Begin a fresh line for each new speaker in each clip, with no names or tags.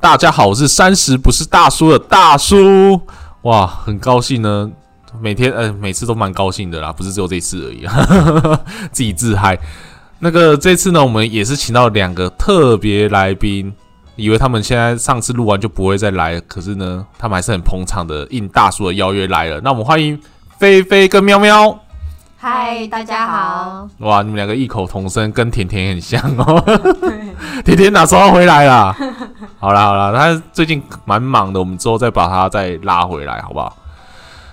大家好，我是三十不是大叔的大叔。哇，很高兴呢，每天呃每次都蛮高兴的啦，不是只有这一次而已， 自己自嗨。那个这次呢，我们也是请到两个特别来宾，以为他们现在上次录完就不会再来了，可是呢，他们还是很捧场的，应大叔的邀约来了。那我们欢迎菲菲跟喵喵。
嗨，大家好。
哇，你们两个异口同声，跟甜甜很像哦。 甜甜哪时候回来啦？好啦好啦，她最近蛮忙的，我们之后再把她再拉回来，好不好？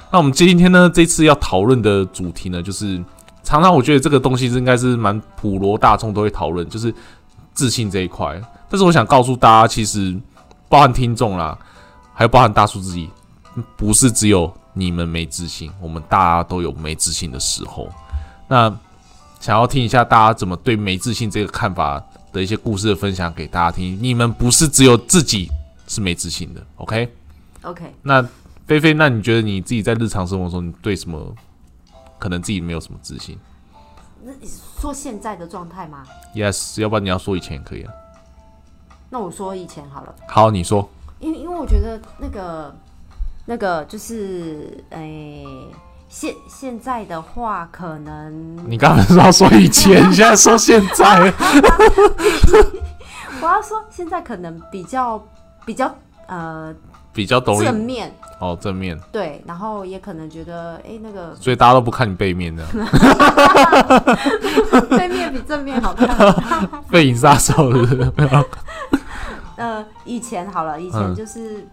那我们今天呢，这次要讨论的主题呢，就是常常我觉得这个东西是应该是蛮普罗大众都会讨论，就是自信这一块。但是我想告诉大家，其实包含听众啦，还有包含大叔自己，不是只有你们没自信，我们大家都有没自信的时候。那想要听一下大家怎么对没自信这个看法的一些故事的分享给大家听。你们不是只有自己是没自信的，OK？
OK，
那菲菲，那你觉得你自己在日常生活中，你对什么可能自己没有什么自信
说现在的状态吗？
？Yes，要不然你要说以前也可以啊。
那我说以前好了，
好，你说
因为因为我觉得那个那个就是诶、现现在的话，可能
你刚刚是要说以前，你现在说现 在，
我要说现在可能比较比较呃
比较懂
正面
哦正面，
对，然后也可能觉得诶、那个
所以大家都不看你背面 的
背面比正面好 看。
背影杀手是不是
呃，以前好了，以前
嗯
就是、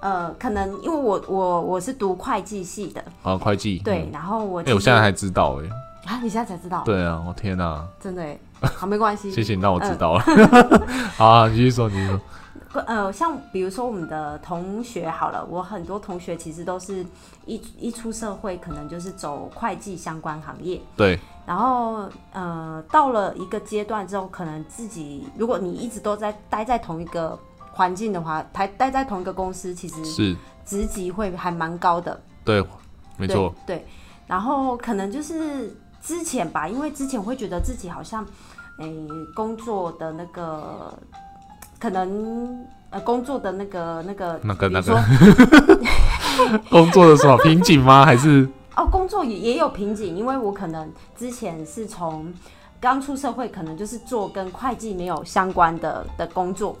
呃，可能因为我我我是读会计系的，
哦，会计。
对，
嗯，
然后我
哎、
其
我
实
现在还知道哎、
啊，你现在才知道，
对啊，我天哪、
真的耶，好，没关 系。
谢谢你让我知道了。
嗯
好啊，你继续说，你继续说。
呃，像比如说我们的同学好了，我很多同学其实都是一一出社会，可能就是走会计相关行业，
对，
然后呃，到了一个阶段之后，可能自己如果你一直都在待在同一个环境的话，待待在同一个公司，其实
是，
职级会还蛮高的。
对，没错，
对。对，然后可能就是之前吧，因为之前会觉得自己好像，诶、工作的那个可能。呃，工作的那个、那个、
那个
比如
那
说
个工作的什么瓶颈吗？还是
哦，工作也也有瓶颈，因为我可能之前是从刚出社会，可能就是做跟会计没有相关的的工作，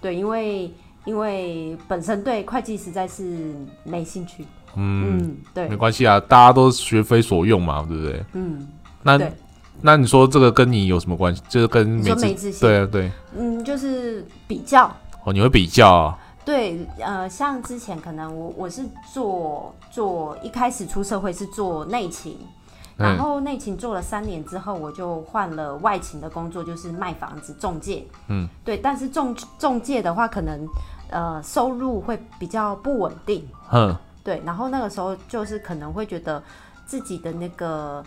对，因为因为本身对会计实在是没兴趣，
嗯，
嗯，对
没，关系啊，大家都学非所用嘛，对不对？
嗯，
那
对
那你说这个跟你有什么关系？就是跟
你说
每次
没自信，
对啊对
嗯，就是比较，
哦，你会比较啊，
对，呃，像之前可能我我是做做一开始出社会是做内勤，然
嗯
后内勤做了三年之后，我就换了外勤的工作，就是卖房子中介。
嗯，
对，但是中中介的话，可能呃收入会比较不稳定。
哼，
对，然后那个时候就是可能会觉得自己的那个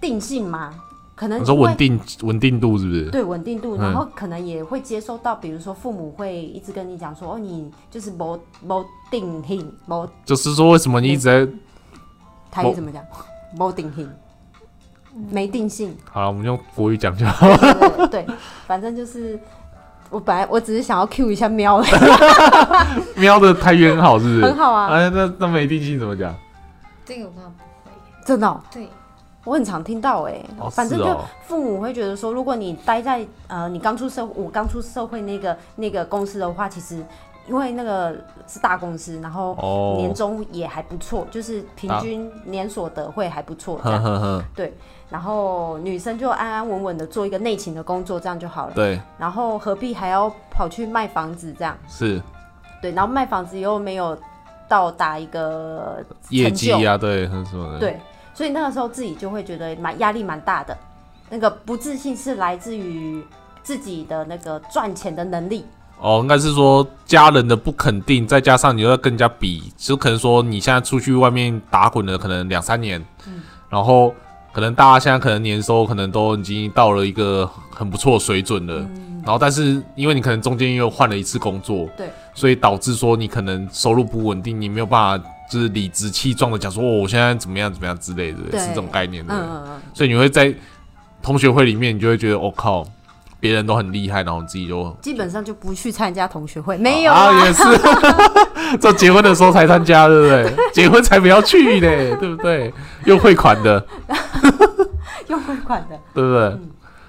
定性嘛，可能
你说
因为
稳定稳定度是不是？
对稳定度，
嗯
然后可能也会接收到，比如说父母会一直跟你讲说，哦，你就是某某定性，某
就是说为什么你一直在，
台语怎么讲？某定性，没定性
好了，我们用国语讲就好。
对对对对，反正就是我本来我只是想要 Q 一下喵而已，
喵的台语很好是不
很
是？
好啊，
哎，那那没定性怎么讲？
这个我倒不会。
真的哦、
对，
我很常听到哎、
哦
反正
是
就
哦
父母会觉得说，如果你待在呃你刚出社我刚出社会那个那个公司的话，其实因为那个是大公司，然后年
哦，啊
终也还不错，就是平均年所得会还不错这
哼
样。
哼哼，
然后女生就安安稳稳的做一个内勤的工作，这样就好了。
对，
然后何必还要跑去卖房子这样？
是
对，然后卖房子又没有到达一个
业
成
绩
就
啊，对，很什么的，
对，所以那个时候自己就会觉得蛮压力蛮大的。那个不自信是来自于自己的那个赚钱的能力。
哦，应该是说家人的不肯定，再加上你又要跟人家比，就可能说你现在出去外面打滚了，可能两三年，
嗯
然后可能大家现在可能年收可能都已经到了一个很不错的水准了，然后但是因为你可能中间又换了一次工作，
嗯对，
所以导致说你可能收入不稳定，你没有办法就是理直气壮的讲说、哦、我现在怎么样怎么样之类的，
对
是这种概念
嗯
的，
嗯嗯，
所以你会在同学会里面，你就会觉得我、哦靠，别人都很厉害，然后你自己就
基本上就不去参加同学会，没有
啊， 也是，这结婚的时候才参加，对不对？结婚才不要去呢，对不对？又汇款的，
用汇款的，
对不对？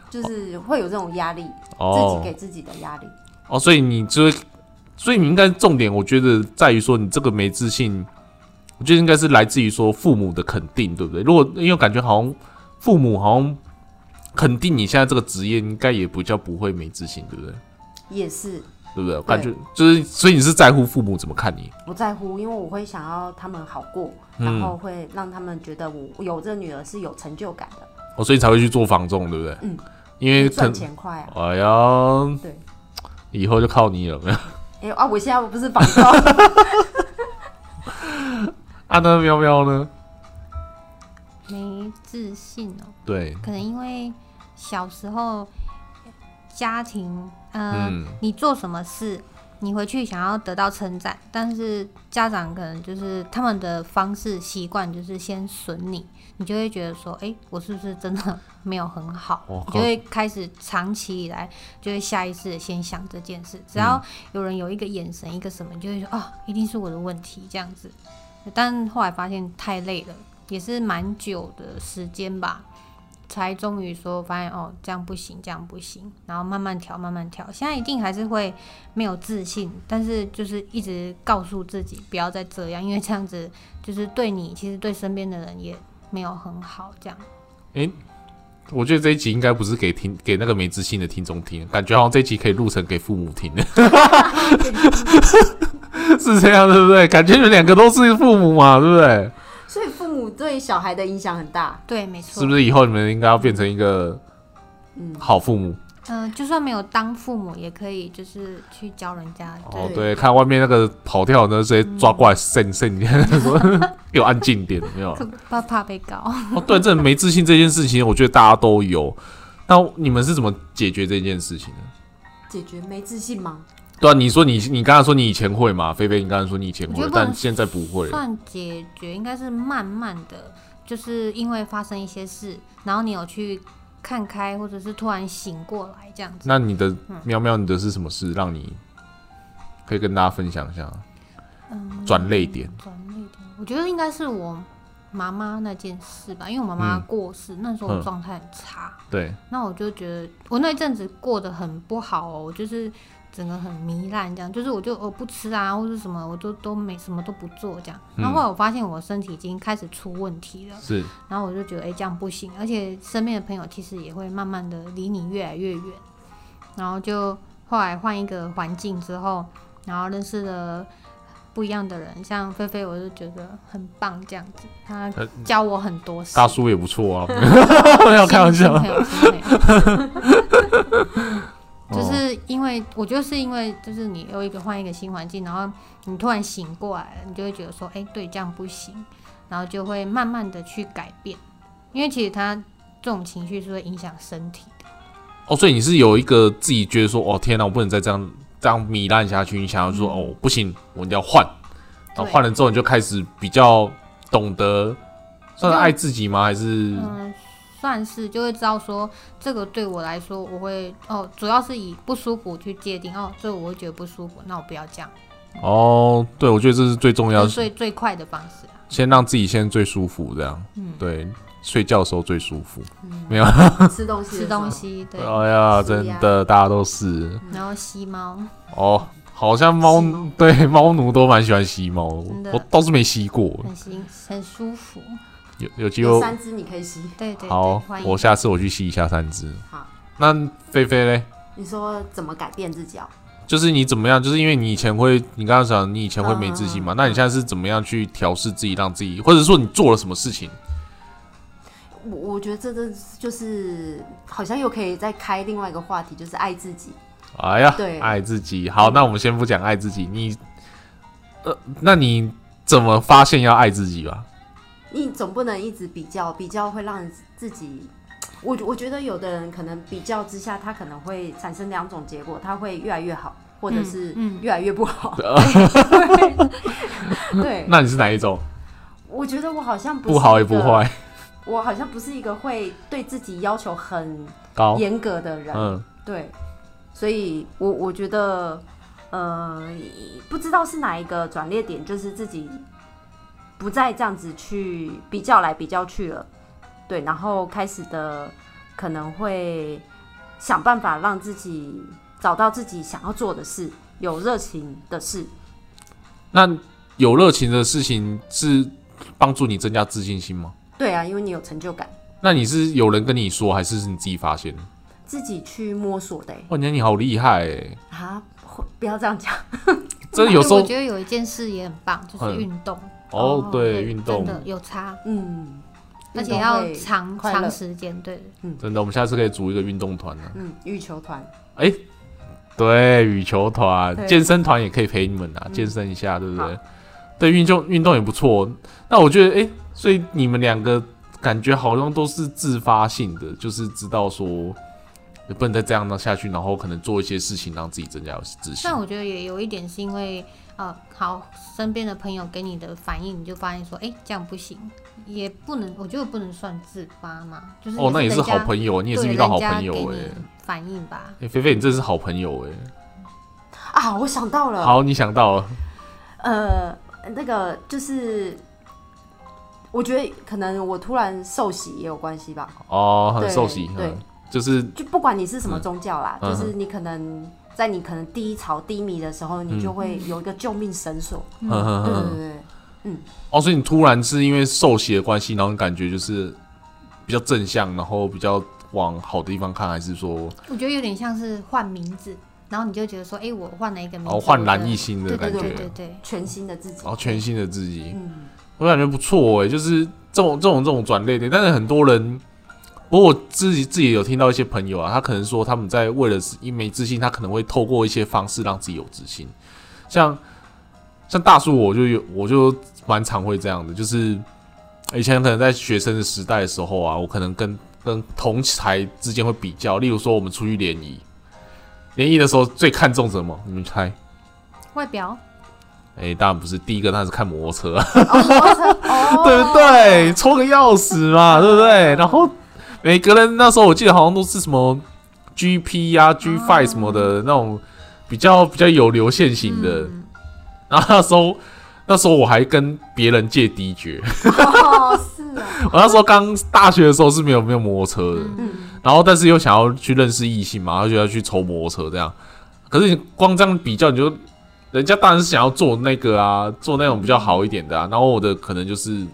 就是会有这种压力，自己
哦
给自己的压力。
哦，所以你就是，所以你应该重点，我觉得在于说你这个没自信，我觉得应该是来自于说父母的肯定，对不对？如果因为感觉好像父母好像肯定你现在这个职业，应该也比较不会没自信，对不对？
也是
对不对？我感觉就是，所以你是在乎父母怎么看你，
不在乎，因为我会想要他们好过，
嗯
然后会让他们觉得我有这女儿是有成就感的，
哦，所以你才会去做房仲，对不对？
嗯，
因为可
赚
能，
钱快啊。
哎呀，
对，
以后就靠你了，没有？
哎、啊，我现在不是绑高，
啊，那喵喵呢？
没自信哦，
对，
可能因为小时候家庭，呃、
嗯
你做什么事，你回去想要得到称赞，但是家长可能就是他们的方式习惯就是先损你，你就会觉得说，哎、我是不是真的没有很好？
我靠
你就会开始长期以来就会下意识的先想这件事，只要有人有一个眼神一个什么，你就会说哦，一定是我的问题这样子。但后来发现太累了，也是蛮久的时间吧，才终于说发现哦，这样不行，这样不行，然后慢慢调，慢慢调。现在一定还是会没有自信，但是就是一直告诉自己不要再这样，因为这样子就是对你，其实对身边的人也没有很好这样。
我觉得这一集应该不是给听给那个没自信的听众听，感觉好像这一集可以录成给父母 听 的，是这样对不对？感觉你们两个都是父母嘛，对不对？
所以父母对小孩的影响很大。
对，没错。
是不是以后你们应该要变成一个
嗯，
好父母？
嗯、就算没有当父母，也可以就是去教人家。
哦，
对
对，看外面那个跑跳的直接抓
嗯
过来扇扇你， 说给我安静点，有没有？
可怕怕被 告，
哦，对，这没自信这件事情，我觉得大家都有。那你们是怎么解决这件事情的？
解决没自 信吗？
对啊，你说你你刚才说你以前会嘛，菲菲，你刚才说你以前
我觉
会
得，不
但
能
现在不会了。
算解决应该是慢慢的，就是因为发生一些事，然后你有去看开，或者是突然醒过来这样子。
那你的
嗯
喵喵，你的是什么事让你可以跟大家分享一下？
嗯，
转泪点
转泪点，我觉得应该是我妈妈那件事吧，因为我妈妈
嗯
过世、那时候
嗯
我状态很差，
对，
那我就觉得我那一阵子过得很不好哦，我就是整个很糜烂这样，就是我就我不吃啊，或者什么，我都都没什么都不做这样。
嗯
然后后来我发现我身体已经开始出问题了，
是
然后我就觉得哎、诶这样不行，而且身边的朋友其实也会慢慢的离你越来越远，然后就后来换一个环境之后，然后认识了。不一样的人，像菲菲，我就觉得很棒，这样子，她
他
教我很多事。
大叔也不错啊， 没有开玩笑
新。朋友新朋友 就
哦
是因为我觉得是因为就是你又一个换一个新环境，然后你突然醒过来了，你就会觉得说，哎、对，这样不行，然后就会慢慢的去改变，因为其实它这种情绪是会影响身体的。
哦，所以你是有一个自己觉得说，哦天哪，我不能再这样这样糜烂下去，你想要说，哦不行，我一定要换。然后
嗯对
换了之后，你就开始比较懂得，算是
我就
爱自己吗？还是
啊嗯，算是就会知道说，这个对我来说，我会哦，主要是以不舒服去界定，哦，这我会觉得不舒服，那我不要这样，
哦，对，我觉得这是最重要
这
的
是，最最快的方式啊。
先让自己先最舒服，这样，
嗯，
对，睡觉的时候最舒服。
吃东西，
吃东，西，对，啊
哎呀，
是
真
呀
的，大家都是
然后吸猫，
哦，好像猫
吸猫
对猫奴都蛮喜欢吸猫，我
真的
我倒是没吸过，
很新，很舒服。
有有机
有
会
三只你可以吸。
对对对，
好，
欢迎
我下次我去吸一下三只。
好，
那菲菲嘞，
你说怎么改变自己哦？
就是你怎么样？就是因为你以前会，你刚刚讲你以前会没自信嘛，
嗯
那你现在是怎么样去调试自己，让自己，或者说你做了什么事情？
我我觉得这这就是好像又可以再开另外一个话题，就是爱自己。
哎呀，
对
爱自己。好，那我们先不讲爱自己，你，呃，那你怎么发现要爱自己吧？
你总不能一直比较，比较会让自己，我我觉得有的人可能比较之下，他可能会产生两种结果，他会越来越好，或者是
嗯嗯
越来越 不好。 对，
那你是哪一种？
我觉得我好像不是
不好也
一个
不，坏，
我好像不是一个会对自己要求很
高，
严格的人。
嗯，
对，所以我我觉得，呃，不知道是哪一个转捩点，就是自己不再这样子去比较来比较去了，对，然后开始的可能会想办法让自己找到自己想要做的事，有热情的事，
那有热情的事情是帮助你增加自信心吗？
对啊，因为你有成就感，
那你是有人跟你说，还是你自己发现？
自己去摸索的欸、
哇，你你好厉害哎！
啊，会不要这样讲，
真的有时候嗯
我觉得有一件事也很棒，就是运动。
哦，对，运动
真的有差，
嗯，
而且要
运动会
长
快乐
长时间，对，
真的，我们下次可以组一个运动团呢、
嗯，羽球团，
对，羽球团、
对
健身团也可以陪你们啊，
嗯
健身一下，对不对
好？
对，运动运动也不错。那我觉得，哎、所以你们两个感觉好像都是自发性的，就是知道说也不能再这样下去，然后可能做一些事情让自己增加自信
但。我觉得也有一点是因为，呃，好，身边的朋友给你的反应，你就发现说，哎、这样不行，也不能，我觉得不能算自发嘛，就是
哦，那也是
人家
好朋友，你也是
对
遇到好
人家
朋友
给
哎、
你反应吧，
哎、菲菲，你真的是好朋友哎、
啊，我想到了，
好，你想到了，
呃，那个就是，我觉得可能我突然受洗也有关系吧。
哦，很
对
受喜，
对
嗯，就是
就不管你是什么宗教啦，
嗯
就是你可能在你可能低潮低迷的时候，你就会有一个救命绳索。
嗯嗯
对
嗯
对对，
哦，所以你突然是因为受洗的关系，然后你感觉就是比较正向，然后比较往好的地方看，还是说
我觉得有点像是换名字，然后你就觉得说，哎、我换了一个名
然
字，
后焕
我
然
的
一新的
对
感
对
觉，
对对对，
全新的自己
然。后全新的自己，
嗯，
我感觉不错哎、就是这种这种这种转类点，但是很多人。不过我自己自己有听到一些朋友啊，他可能说他们在为了自因没自信，他可能会透过一些方式让自己有自信，像像大叔我就有我就蛮常会这样的，就是以前可能在学生的时代的时候啊，我可能跟跟同才之间会比较，例如说我们出去联谊，联谊的时候最看重什么？你们猜？
外表
哎、当然不是第一个，当然是看摩托车啊。嗯
哦
对不对？抽个钥匙嘛，对不对？然后每个人那时候我记得好像都是什么 GP 呀、G Five 什么的、那种比较比较有流线型的。
嗯
然后那时候那时候我还跟别人借 D 爵，
哦，是啊，
我那时候刚大学的时候是没有没有摩托车的，
嗯，
然后但是又想要去认识异性嘛，然后就要去抽摩托车这样。可是你光这样比较，你就人家当然是想要做那个啊，做那种比较好一点的啊。然后我的可能就是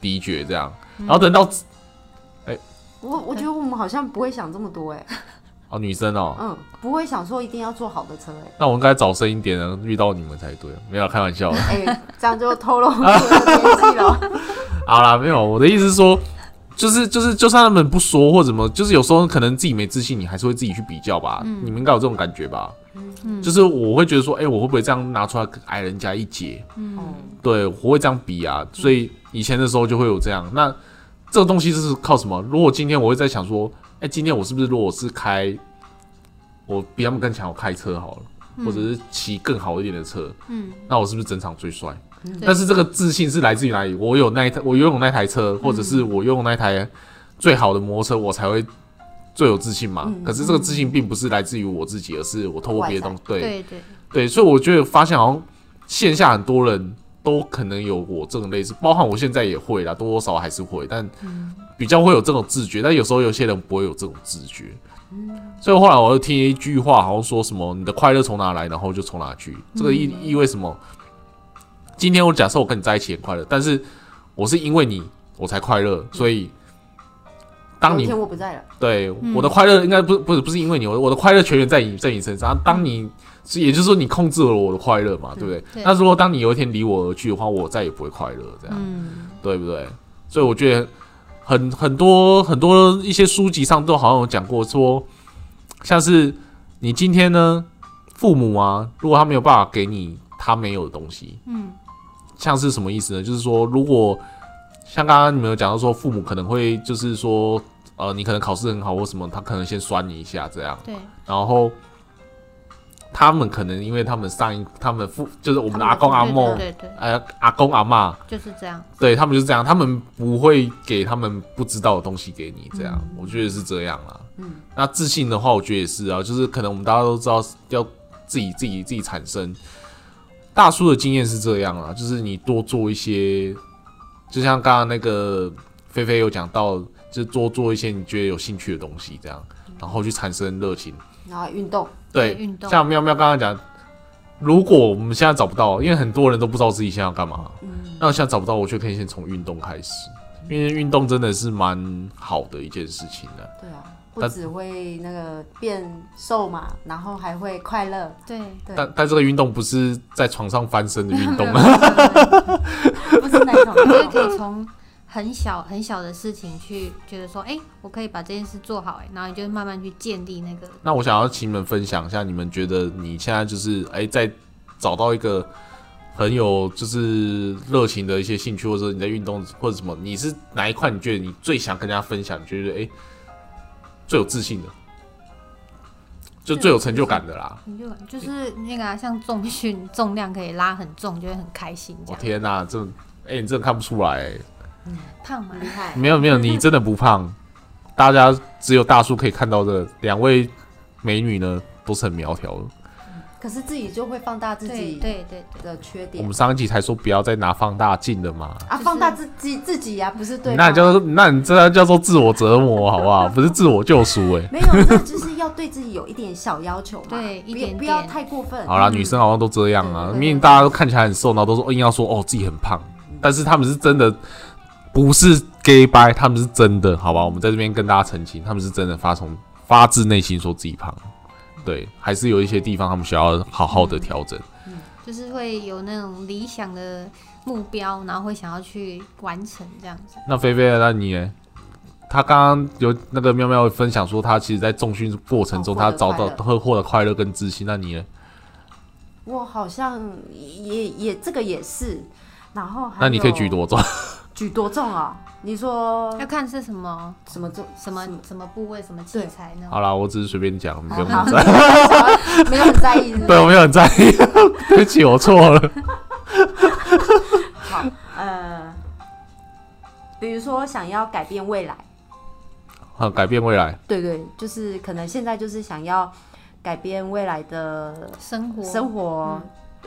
的确这样，然后等到、
我我觉得我们好像不会想这么多哎，
哦女生哦，
嗯，不会想说一定要坐好的车哎，
那我应该早生一点啊，遇到你们才对。没有啦开玩笑的，
哎、这样就透露我的年纪了。
好啦，没有，我的意思是说，就是就是，就算他们不说或怎么，就是有时候可能自己没自信，你还是会自己去比较吧。你们应该有这种感觉吧？就是我会觉得说，哎、我会不会这样拿出来矮人家一截？
哦
对，我会这样比
嗯
啊。所以以前的时候就会有这样。那这个东西就是靠什么？如果今天我会在想说，哎、今天我是不是如果我是开，我比他们更强，我开车好了，或者是骑更好一点的车，
嗯，
那我是不是整场最帅？
对嗯
但是这个自信是来自于哪里？我有那一台，我拥有那台车，或者是我拥有那台最好的摩托车，我才会最有自信嘛。
嗯
可是这个自信并不是来自于我自己，而是我透过别的东西。对
对对，
对，所以我觉得发现好像线下很多人都可能有我这种类似，包含我现在也会啦，多多少少还是会，但比较会有这种自觉。但有时候有些人不会有这种自觉。所以后来我又听一句话，好像说什么“你的快乐从哪来，然后就从哪去”，这个意意味什么？今天我假设我跟你在一起很快乐，但是我是因为你我才快乐，所以当
有一
你
天我不在了，
对，
嗯
我的快乐应该不不是不是因为你，我我的快乐全源在你在你身上。啊当你是也就是说你控制了我的快乐嘛，对不对？
对
那如果当你有一天离我而去的话，我再也不会快乐，这样、
嗯，
对不对？所以我觉得很很多很多一些书籍上都好像有讲过说，像是你今天呢，父母啊，如果他没有办法给你他没有的东西，
嗯，
像是什么意思呢？就是说，如果像刚刚你们有讲到说，父母可能会就是说，呃，你可能考试很好或什么，他可能先酸你一下这样，
对，
然后他们可能因为他们上一他们父就是我们的阿公阿嬷，
对对对，
呃阿公阿嬷，
就是这样。
对他们就是这样，他们不会给他们不知道的东西给你，这样、我觉得是这样啦。嗯，那自信的话，我觉得也是啊，就是可能我们大家都知道要自己自己自己产生。大叔的经验是这样啦，就是你多做一些，就像刚刚那个菲菲有讲到，就是多做一些你觉得有兴趣的东西，这样，然后去产生热情。
然后运动，
对，
运动
像妙妙刚刚讲，如果我们现在找不到，因为很多人都不知道自己现在要干嘛，
嗯
那我现在找不到，我就可以先从运动开始，因为运动真的是蛮好的一件事情的。
对啊，不
但
只会那个变瘦嘛，然后还会快 乐，
对，
对，
但但这个运动不是在床上翻身的运动啊，
不是那种
嗯就是可以从很小很小的事情去觉得说，哎、我可以把这件事做好、哎，然后你就慢慢去建立那个
那我想要请你们分享一下，你们觉得你现在就是哎、在找到一个很有就是热情的一些兴趣，或者你在运动或者什么，你是哪一块你觉得你最想跟大家分享？你觉得哎、最有自信的，就最有成就感的啦！
成就感，就是那个、啊、像重训重量可以拉很重，就会很开心这
我、
样。
天哪、这哎、你真的看不出来、哎
胖嘛
很，厉害。
没有没有，你真的不胖，大家只有大叔可以看到的两位美女呢都是很苗条的。
可是自己就会放大自
对
己
对对对，
的缺
我
点
们上一集才说不要再拿放大镜了嘛。
啊，
就是
放大自己自己呀、不是对啊
那
方。
叫那你这叫做自我折磨，好不好？不是自我救赎哎、
没有，这就是要对自己有一点小要求嘛，
对
不
一
要
点
不要
点
太过分。
好啦，女生好像都这样啊，
嗯对对对
明明大家都看起来很瘦，然后都说硬要说哦自己很胖，但是他们是真的不是 gay 掰，他们是真的，好吧？我们在这边跟大家澄清，他们是真的发从发自内心说自己胖，对，还是有一些地方他们需要好好的调整。
嗯
就是会有那种理想的目标，然后会想要去完成这样子。
那菲菲，那你呢？她刚刚有那个喵喵分享说，她其实在重训过程中，
哦
她
获得
找到
快
会获得快乐跟自信。那你呢？
我好像也也这个也是，然后还
那你可以
有
举多重？
举多重啊？你 说
要看是什么
什么重？
什么
什么
什么部位、什么器材呢？
好啦，我只是随便讲，你不用
好
很在意。
没有很在意是不是
对，我没有很在意， 对不起，我错了。
好，呃，比如说想要改变未来，
好，改变未来，
对对，就是可能现在就是想要改变未来的
生活，嗯
生活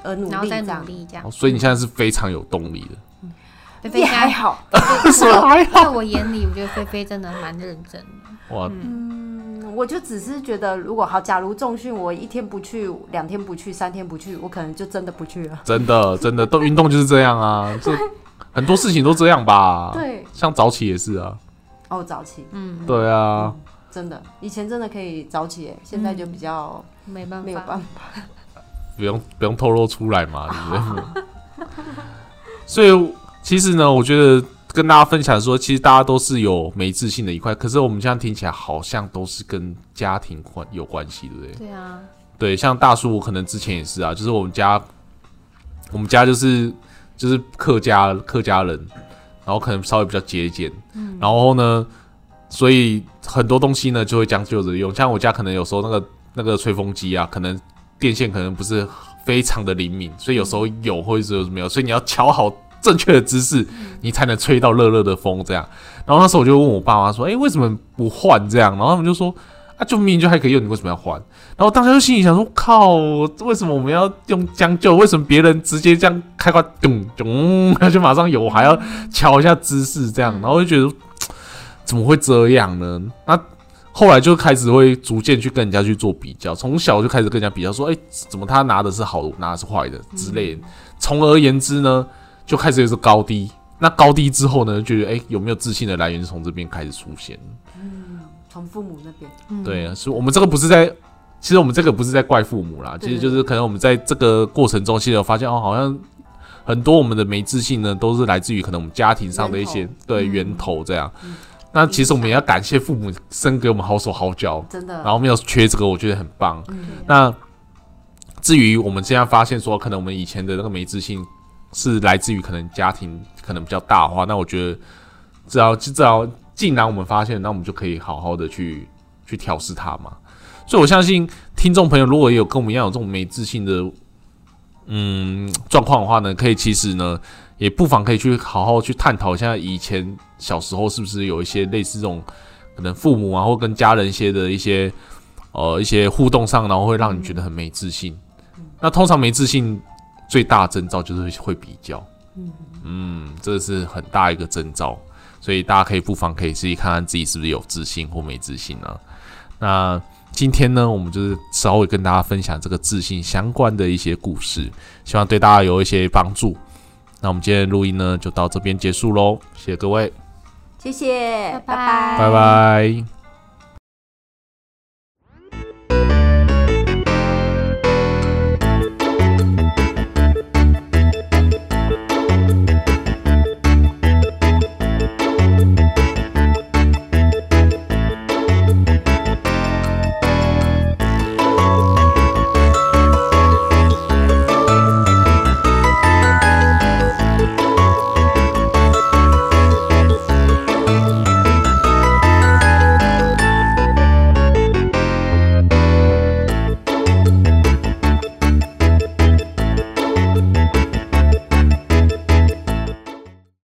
而努
然后
力这
再
样
努。力这样
哦。所以你现在是非常有动力 的。
菲菲
也
现
还
在，
好，
菲菲
还
在我眼里，我觉得菲菲真的蛮认真的。
哇，
嗯我就只是觉得，如果好，假如重训我一天不去，两天不去，三天不去，我可能就真的不去了。
真的真的，都运动就是这样啊，这很多事情都这样吧。，
对，
像早起也是啊。
哦，早起
嗯，
对啊，
真的，以前真的可以早起耶，现在就比较
嗯没办
没有办
法，
法。
不用不用透露出来嘛，对不对？ 所以其实呢，我觉得跟大家分享说，其实大家都是有没自信的一块，可是我们这样听起来好像都是跟家庭关有关系，对不对？
对啊，
对，像大叔，我可能之前也是啊，就是我们家，我们家就是就是客家客家人，然后可能稍微比较节俭，然后呢，所以很多东西呢就会将就着用。像我家可能有时候那个那个吹风机啊，可能电线可能不是非常的灵敏，所以有时候有或者是没有，所以你要调好正确的姿势， 你才能吹到热热的风这样。然后那时候我就问我爸妈说：“诶，为什么不换这样？”然后他们就说：“啊，就明明就还可以用，你为什么要换？”然后我当时就心里想说：“靠，我为什么我们要用将就？为什么别人直接这样开关咚咚， 他就马上有，我还要瞧一下姿势这样？”然后我就觉得嘖怎么会这样呢？那后来就开始会逐渐去跟人家去做比较，从小就开始跟人家比较说：“哎、怎么他拿的是好的，我拿的是坏的之类的。从而言之呢，就开始有一个高低。那高低之后呢，就觉得哎、有没有自信的来源是从这边开始出现。
从父母那边，
嗯，
对，啊所以我们这个不是在，其实我们这个不是在怪父母啦，
对
其实就是可能我们在这个过程中，其实有发现哦，好像很多我们的没自信呢，都是来自于可能我们家庭上的一些
源
对源头这样。那其实我们也要感谢父母生给我们好手好脚，
真的
然后没有缺这个，我觉得很棒。
啊
嗯
那至于我们现在发现说，可能我们以前的那个没自信是来自于可能家庭可能比较大的话，那我觉得只要至少既然我们发现，那我们就可以好好的去去调试它嘛。所以我相信听众朋友如果也有跟我们一样有这种没自信的嗯状况的话呢，可以其实呢也不妨可以去好好去探讨一下以前小时候是不是有一些类似这种可能父母啊或跟家人一些的一些呃一些互动上，然后会让你觉得很没自信。那通常没自信最大的征兆就是会比较，嗯，这是很大一个征兆。所以大家可以不妨可以自己看看自己是不是有自信或没自信啊。那今天呢，我们就是稍微跟大家分享这个自信相关的一些故事，希望对大家有一些帮助。那我们今天的录音呢，就到这边结束喽，谢谢各位，
谢谢，
拜
拜
拜
拜
拜
拜。